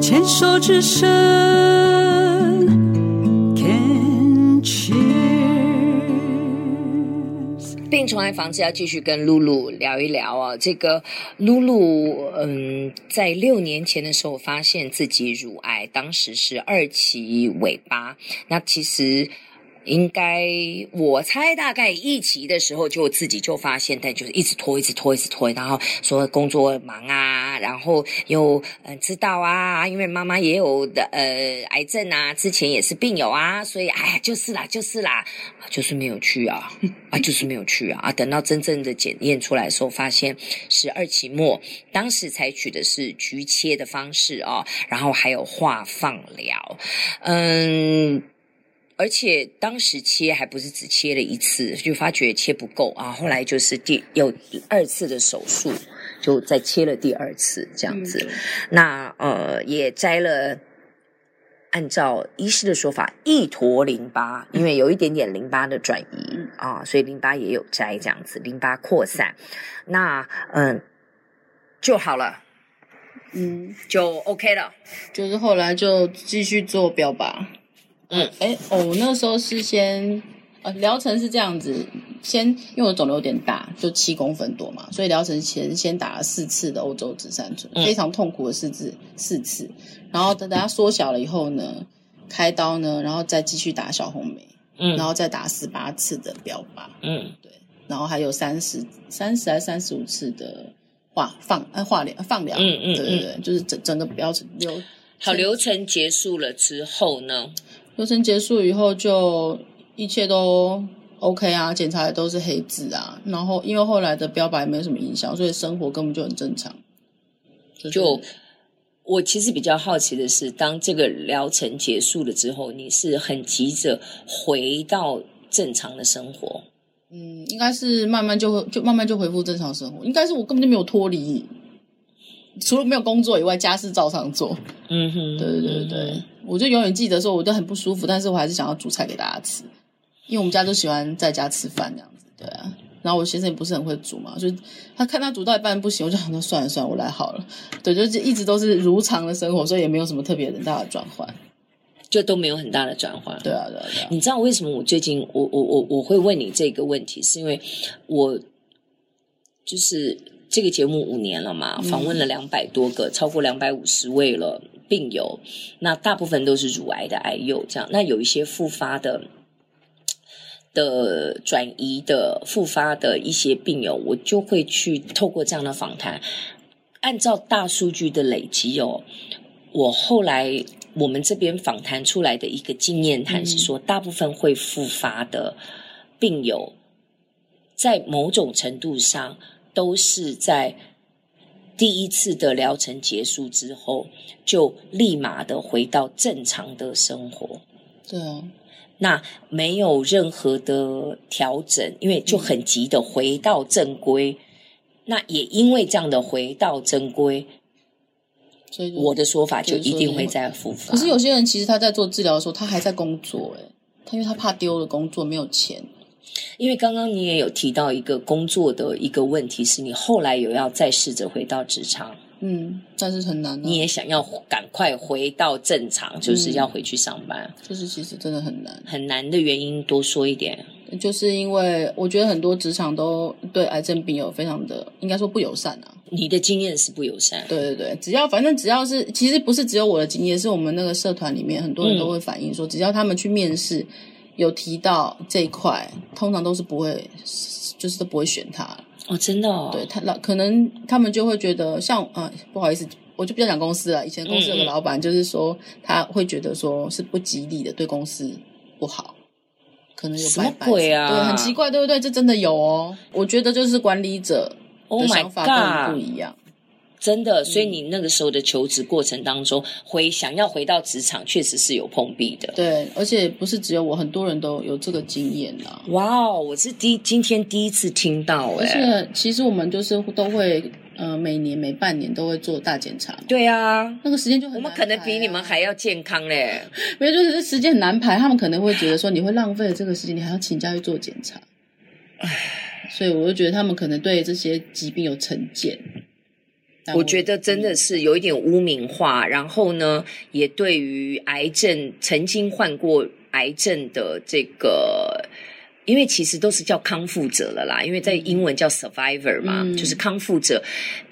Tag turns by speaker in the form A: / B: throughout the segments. A: 牵手之声，Can cheers。
B: 病虫害防治要继续跟露露聊一聊哦。这个露露，嗯，在六年前的时候发现自己乳癌，当时是二期尾巴。那其实应该我猜大概一期的时候就自己就发现，但就是一直拖，一直拖，一直拖，然后说工作忙啊，然后又嗯知道啊，因为妈妈也有的呃癌症啊，之前也是病友啊，所以哎呀就是啦就是啦，啊就是没有去啊。啊，就是没有去啊！啊，等到真正的检验出来的时候，发现是二期末，当时采取的是局切的方式哦，然后还有化放疗，嗯。而且当时切还不是只切了一次，就发觉切不够啊。后来就是第有二次的手术，就再切了第二次这样子。那呃，也摘了按照医师的说法，一坨淋巴，因为有一点点淋巴的转移啊，所以淋巴也有摘这样子，淋巴扩散，那嗯就好了，
C: 嗯，
B: 就 OK 了。
C: 就是后来就继续做标靶。
B: 嗯，
C: 哎，哦，我那时候是先，呃，疗程是这样子，先因为我肿瘤有点大，就七公分多嘛，所以疗程前先打了四次的欧洲紫杉醇，
B: 嗯
C: 非常痛苦的四次四次，然后等等它缩小了以后呢，开刀呢，然后再继续打小红梅，然
B: 嗯
C: 后再打十八次的标靶，
B: 嗯
C: 然后还有三十三十还三十五次的化放呃化疗放疗，
B: 嗯嗯
C: 对对对，就是整整个疗程流
B: 好，流程结束了之后呢？
C: 流程结束以后就一切都 OK 啊，检查也都是黑字啊。然后因为后来的标靶也没有什么影响，所以生活根本就很正常。就是
B: 就我其实比较好奇的是，当这个疗程结束了之后，你是很急着回到正常的生活？
C: 嗯，应该是慢慢就会就慢慢就恢复正常生活。应该是我根本就没有脱离，除了没有工作以外，家事照常做。
B: 嗯哼，
C: 对对对对，
B: 嗯哼
C: 我就永远记得说，我都很不舒服，但是我还是想要煮菜给大家吃，因为我们家就喜欢在家吃饭这样子，对啊。然后我先生也不是很会煮嘛，就是他看他煮到一半不行，我就想说算了算了，我来好了。对，就是一直都是如常的生活，所以也没有什么特别的大的转换。
B: 就都没有很大的转换。
C: 对啊，对啊，对啊。
B: 你知道为什么我最近我我我我会问你这个问题，是因为我就是这个节目五年了嘛，访问了两百多个，超过两百五十位了病友，那大部分都是乳癌的癌友，这样，那有一些复发的。的转移的复发的一些病友，我就会去透过这样的访谈，按照大数据的累积哦，我后来我们这边访谈出来的一个经验谈是说，大部分会复发的病友，在某种程度上都是在第一次的疗程结束之后，就立马的回到正常的生活。
C: 对啊，
B: 那没有任何的调整，因为就很急的回到正规。那也因为这样的回到正规，
C: 所以就
B: 我的说法就
C: 就是
B: 一
C: 说
B: 定会再复发。
C: 可是有些人其实他在做治疗的时候，他还在工作、欸，他因为他怕丢了工作，没有钱，
B: 因为刚刚你也有提到一个工作的一个问题，是你后来有要再试着回到职场，
C: 嗯，但是很难、啊，
B: 你也想要赶快回到正常，就是要回去上班，
C: 就是其实真的很难。
B: 很难的原因多说一点。
C: 就是因为我觉得很多职场都对癌症病友非常的，应该说不友善啊。
B: 你的经验是不友善，
C: 对对对，只要反正只要是，其实不是只有我的经验，是我们那个社团里面很多人都会反映说，只要他们去面试有提到这一块，通常都是不会，就是都不会选他。
B: 哦，真的哦，
C: 对他老可能他们就会觉得像啊、不好意思，我就不要讲公司了。以前公司有
B: 嗯
C: 个
B: 嗯
C: 老板，就是说他会觉得说是不吉利的，对公司不好，可能有
B: 什么
C: 拜拜
B: 鬼啊
C: 对，很奇怪，对不对？这真的有哦。我觉得就是管理者
B: Oh
C: 的
B: my
C: 想法跟我们不
B: God
C: 一样。
B: 真的。所以你那个时候的求职过程当中，回想要回到职场，确实是有碰壁的。
C: 对，而且不是只有我，很多人都有这个经验啦。
B: 哇哦，我是第今天第一次听到、
C: 而
B: 哎，
C: 且其实我们就是都会，呃，每年每半年都会做大检查嘛。
B: 对啊，
C: 那个时间就很、啊
B: 我们可能比你们还。要健康哎嘞。
C: 没有，就是这时间很难排，他们可能会觉得说你会浪费了这个时间，你还要请假去做检查。所以我就觉得他们可能对这些疾病有成见，但
B: 我觉得真的是有一点污名化，然后呢，也对于癌症曾经患过癌症的这个，因为其实都是叫康复者了啦，因为在英文叫 survivor 嘛，
C: 嗯
B: 就是康复者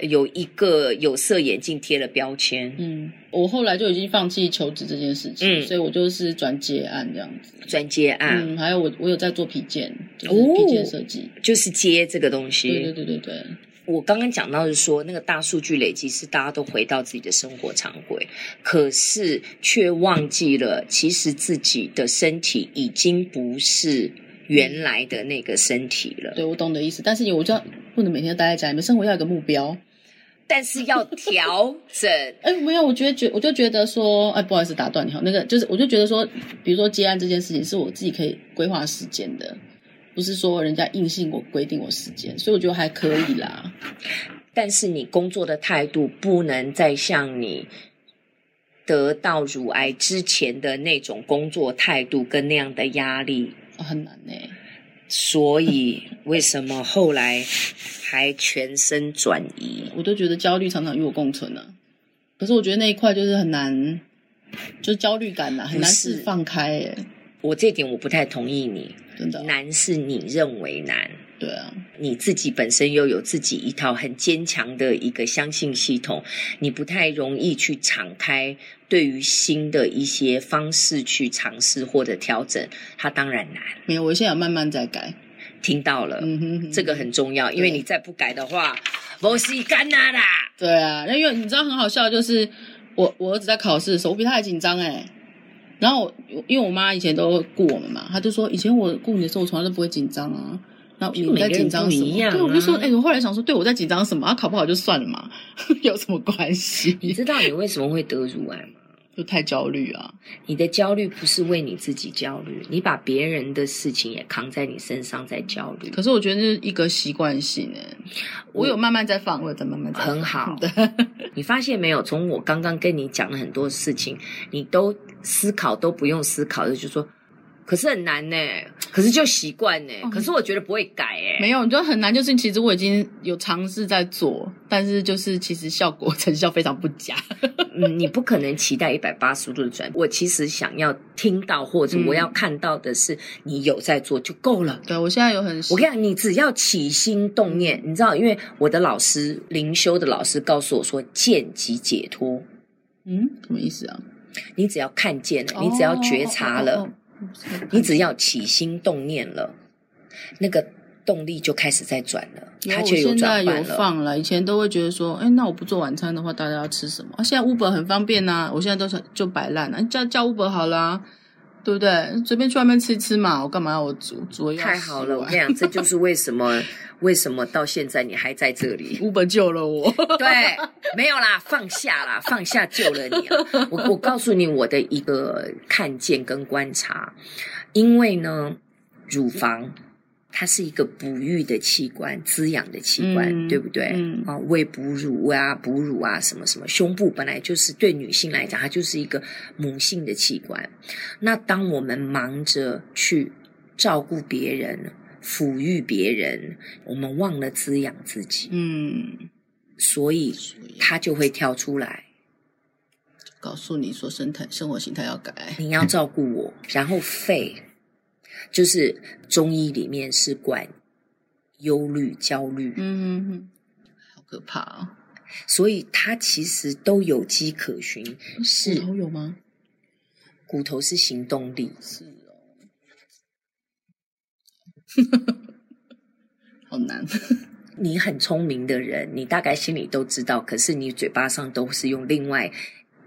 B: 有一个有色眼镜贴了标签，
C: 嗯，我后来就已经放弃求职这件事情，
B: 嗯
C: 所以我就是转接案这样子。
B: 专啊接案、
C: 嗯，还有我我有在做皮件，就
B: 哦
C: 是皮件设计。
B: 就是接这个东西。
C: 对对对对对，
B: 我刚刚讲到是说，那个大数据累积是大家都回到自己的生活常规，可是却忘记了，其实自己的身体已经不是原来的那个身体了。
C: 对我懂你的意思，但是我知道不能每天都待在家里面，生活要有个目标。
B: 但是要调整
C: 哎，没有，我觉得觉我就觉得说，哎，不好意思打断你哈，那个就是我就觉得说，比如说接案这件事情是我自己可以规划时间的，不是说人家硬性我规定我时间，所以我觉得还可以啦。
B: 但是你工作的态度不能再像你得到乳癌之前的那种工作态度跟那样的压力。
C: 哦很难呢、
B: 所以，为什么后来还全身转移？
C: 我都觉得焦虑常常与我共存啊。可是我觉得那一块就是很难，就是焦虑感呐、很难
B: 不是
C: 释放开耶、
B: 我这点我不太同意你，
C: 真的。
B: 难是你认为难，
C: 对啊，
B: 你自己本身又有自己一套很坚强的一个相信系统，你不太容易去敞开对于新的一些方式去尝试或者调整，它当然难。
C: 没有，我现在有慢慢在改。
B: 听到了，
C: 嗯哼哼
B: 这个很重要，因为你再不改的话，我是干呐啦。
C: 对啊，那因为你知道很好笑，就是我我儿子在考试的时候，我比他还紧张哎。然后我因为我妈以前都顾我们嘛，她就说以前我顾你的时候，我从来都不会紧张啊。然后你
B: 就每
C: 在
B: 个人
C: 紧张什
B: 不一
C: 么？
B: 样啊
C: 对，我就说，哎、我后来想说，对我在紧张什么？啊，考不好就算了嘛， 有什么关系？
B: 你知道你为什么会得乳癌吗？
C: 就太焦虑啊。
B: 你的焦虑不是为你自己焦虑，你把别人的事情也扛在你身上在焦虑。
C: 可是我觉得那是一个习惯性哎，我有慢慢在放，我有在慢慢在放
B: 很好
C: 对，
B: 你发现没有？从我刚刚跟你讲的很多事情，你都思考都不用思考的，就说，可是很难呢、可是就习惯呢、
C: 哦
B: 可是我觉得不会改哎、
C: 没有，你就很难，就是其实我已经有尝试在做，但是就是其实效果 成效非常不佳。
B: 嗯，你不可能期待一百八十度的转。我其实想要听到或者
C: 嗯
B: 我要看到的是，你有在做就够了。
C: 对我现在有很
B: 我跟你讲，你只要起心动念，你知道，因为我的老师灵修的老师告诉我说，见即解脱。
C: 嗯什么意思啊？
B: 你只要看见了，你只要觉察了，
C: 哦，哦哦哦
B: 你只要起心动念了，那个动力就开始在转了，它
C: 有
B: 就
C: 我现在
B: 转换
C: 有
B: 了。
C: 放了，以前都会觉得说，哎，那我不做晚餐的话，大家要吃什么？啊，现在 Uber 很方便啊呐、我现在都想就摆烂了、啊，叫叫 Uber 好啦，对不对？随便去外面吃一吃嘛，我干嘛要我煮煮了又要
B: 太好
C: 洗
B: 了，我
C: 碗
B: 跟你讲，这就是为什么为什么到现在你还在这里。
C: Uber 救 了我。
B: 对，没有啦，放下啦，放下救了你啊！我我告诉你我的一个看见跟观察，因为呢，乳房它是一个哺育的器官，滋养的器官，
C: 嗯
B: 对不对？
C: 嗯
B: 啊，喂哺乳啊，哺乳啊，什么什么，胸部本来就是对女性来讲，它就是一个母性的器官。那当我们忙着去照顾别人、抚育别人，我们忘了滋养自己，
C: 嗯，
B: 所以
C: 所以
B: 它就会跳出来。
C: 告诉你说生态生活形态要改。
B: 你要照顾我，然后肺就是中医里面是管忧虑、焦虑，
C: 嗯哼哼，好可怕啊、
B: 所以它其实都有迹可循。
C: 嗯
B: 是
C: 头有吗？
B: 骨头是行动力，
C: 是哦， 好难。啊
B: 你很聪明的人，你大概心里都知道，可是你嘴巴上都是用另外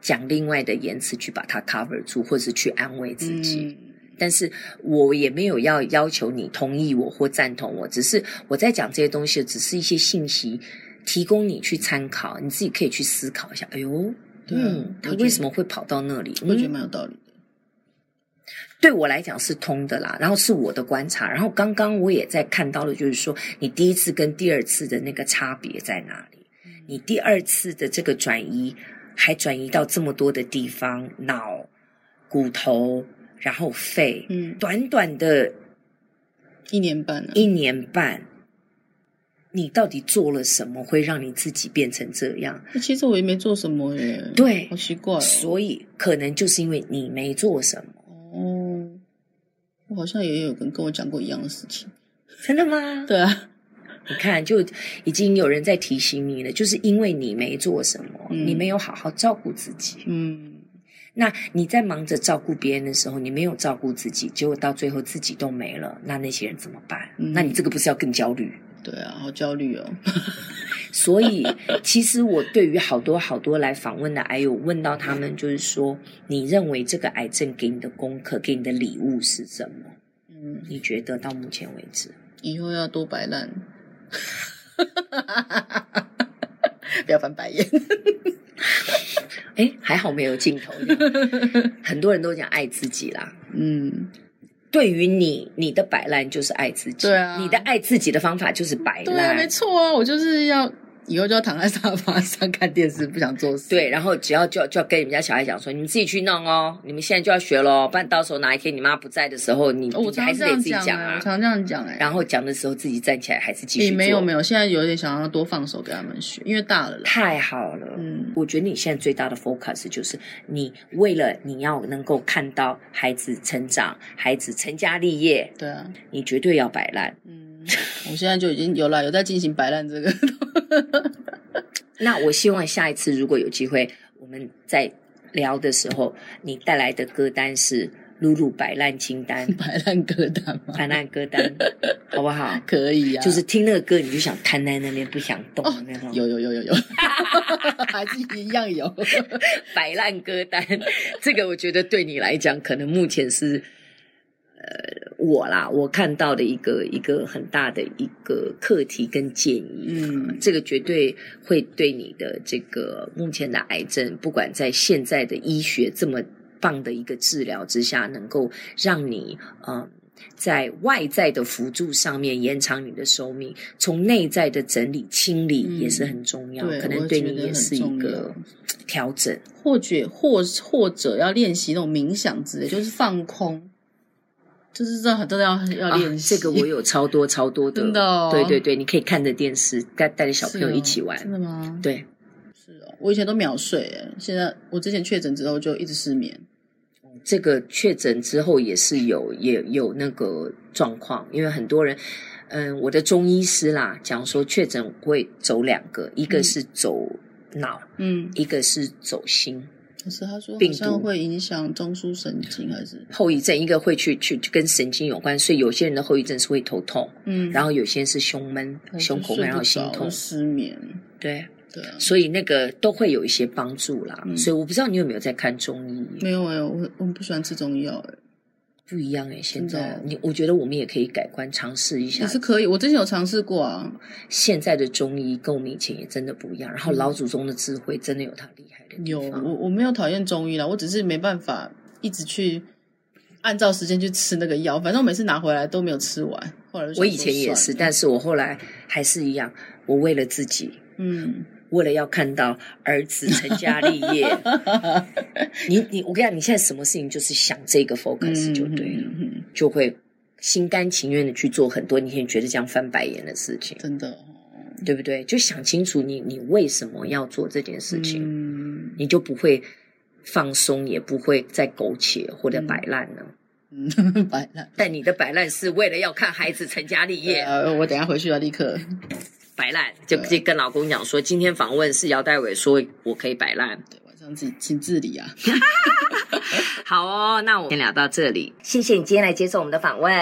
B: 讲另外的言辞去把它 cover 住，或是去安慰自己。
C: 嗯，
B: 但是我也没有要要求你同意我或赞同我，只是我在讲这些东西，只是一些信息提供你去参考，你自己可以去思考一下。哎呦，
C: 对啊
B: 嗯，他
C: 我觉
B: 为
C: 得
B: 什么会跑到那里？
C: 我觉得
B: 嗯
C: 蛮有道理的。
B: 对我来讲是通的啦，然后是我的观察，然后刚刚我也在看到了，就是说你第一次跟第二次的那个差别在哪里？
C: 嗯
B: 你第二次的这个转移还转移到这么多的地方，脑、骨头，然后肺，
C: 嗯，
B: 短短的
C: 一年半了、啊
B: 一年半，你到底做了什么，会让你自己变成这样？
C: 其实我也没做什么耶，
B: 对
C: 好奇怪哦、
B: 所以可能就是因为你没做什么，
C: 哦，我好像也有人跟我讲过一样的事情。
B: 真的吗？
C: 对啊，
B: 你看，就已经有人在提醒你了，就是因为你没做什么，
C: 嗯
B: 你没有好好照顾自己。
C: 嗯，
B: 那你在忙着照顾别人的时候，你没有照顾自己，结果到最后自己都没了，那那些人怎么办？
C: 嗯
B: 那你这个不是要更焦虑？
C: 对啊，好焦虑哦。
B: 所以，其实我对于好多好多来访问的癌友，问到他们就是说，你认为这个癌症给你的功课、给你的礼物是什么？
C: 嗯，
B: 你觉得到目前为止，
C: 以后要多摆烂， 不要翻白眼。
B: 哎，还好没有镜头。很多人都讲爱自己啦。
C: 嗯，
B: 对于你，你的摆烂就是爱自己，
C: 对啊
B: 你的爱自己的方法就是摆
C: 对啊，
B: 烂，
C: 没错啊，我就是要以后就要躺在沙发上看电视，不想做事。
B: 对，然后只要就就要跟你们家小孩讲说，你们自己去弄哦，你们现在就要学咯，不然到时候哪一天你妈不在的时候，你、
C: 哦，我
B: 你
C: 常
B: 还是
C: 常这
B: 得
C: 样
B: 自己
C: 讲
B: 讲
C: 哎、
B: 啊
C: 我。常常这样讲哎、
B: 然后讲的时候自己站起来还是继续
C: 也
B: 做，
C: 没有没有，现在有点想要多放手给他们学，因为 大了啦。
B: 太好了。
C: 嗯，
B: 我觉得你现在最大的 focus 就是你为了你要能够看到孩子成长、孩子成家立业，
C: 对啊，
B: 你绝对要摆烂。
C: 嗯，我现在就已经有了，有在进行摆烂这个。、
B: 那我希望下一次如果有机会，我们在聊的时候，你带来的歌单是露露摆烂清单
C: 摆烂歌单吗？
B: 摆烂歌单，好不 好？
C: 可以啊呀、
B: 就是听那个歌，你就想瘫在那边不想动
C: 哦
B: 的那种。
C: 有有有 有有，还是一样有。
B: 摆烂歌单， 这个我觉得对你来讲，可能目前是，呃，我啦，我看到的一个一个很大的一个课题跟建议。
C: 嗯，
B: 这个绝对会对你的这个目前的癌症，不管在现在的医学这么棒的一个治疗之下，能够让你呃在外在的辅助上面延长你的寿命，从内在的整理清理
C: 嗯
B: 也是很重要，
C: 对
B: 可能
C: 我
B: 对
C: 觉
B: 你
C: 得
B: 也
C: 很
B: 是一
C: 重
B: 个调整。
C: 或许或或者要练习那种冥想之类，就是放空，就是这很真的要要练习、
B: 啊这个我有超多超多的，
C: 啊真的哦
B: 对对对，你可以看着电视，带带着小朋友
C: 是哦
B: 一起玩，
C: 真的吗？
B: 对。
C: 是哦，我以前都秒睡诶，现在我之前确诊之后就一直失眠。
B: 这个确诊之后也是有也有那个状况，因为很多人，嗯，我的中医师啦讲说确诊会走两个，一个是走脑，
C: 嗯，
B: 一个是走心
C: 可是他说
B: 病
C: 好
B: 毒
C: 像会影响中枢神经，还是
B: 后遗症，一个会去去跟神经有关，所以有些人的后遗症是会头痛，
C: 嗯，
B: 然后有些人是胸闷、
C: 我就
B: 胸口
C: 睡
B: 闷，然
C: 不
B: 后心
C: 着
B: 痛，
C: 失眠。
B: 对，
C: 对啊，
B: 所以那个都会有一些帮助啦。
C: 嗯
B: 所以我不知道你有没有在看中医，
C: 没有诶，我我不喜欢吃中药诶。
B: 不一样诶、欸现
C: 真的
B: 在
C: 哦
B: 你我觉得我们也可以改观尝试一下
C: 也是可以，我之前有尝试过啊。
B: 现在的中医跟我们以前也真的不一样，然后
C: 嗯
B: 老祖宗的智慧真的有他厉害的地
C: 有
B: 方。
C: 我我没有讨厌中医啦，我只是没办法一直去按照时间去吃那个药，反正我每次拿回来都没有吃完。后来就想说
B: 我以前也是，
C: 算了
B: 但是我后来还是一样，我为了自己，
C: 嗯，
B: 为了要看到儿子成家立 业，你你我跟你讲，你现在什么事情就是想这个 focus 就对了，
C: 嗯嗯嗯
B: 就会心甘情愿的去做很多你也觉得这样翻白眼的事情，
C: 真的哦
B: 对不对？就想清楚你你为什么要做这件事情。
C: 嗯
B: 你就不会放松，也不会再苟且或者摆烂了。
C: 嗯， 摆烂。
B: 但你的摆烂是为了要看孩子成家立业，
C: 呃，我等一下回去要立刻。
B: 摆烂就
C: 对啊
B: 就跟老公讲说，今天访问是姚代伟说我可以摆烂。
C: 对，晚上自己请自理啊。
B: 好哦，那我们先聊到这里，谢谢你今天来接受我们的访问。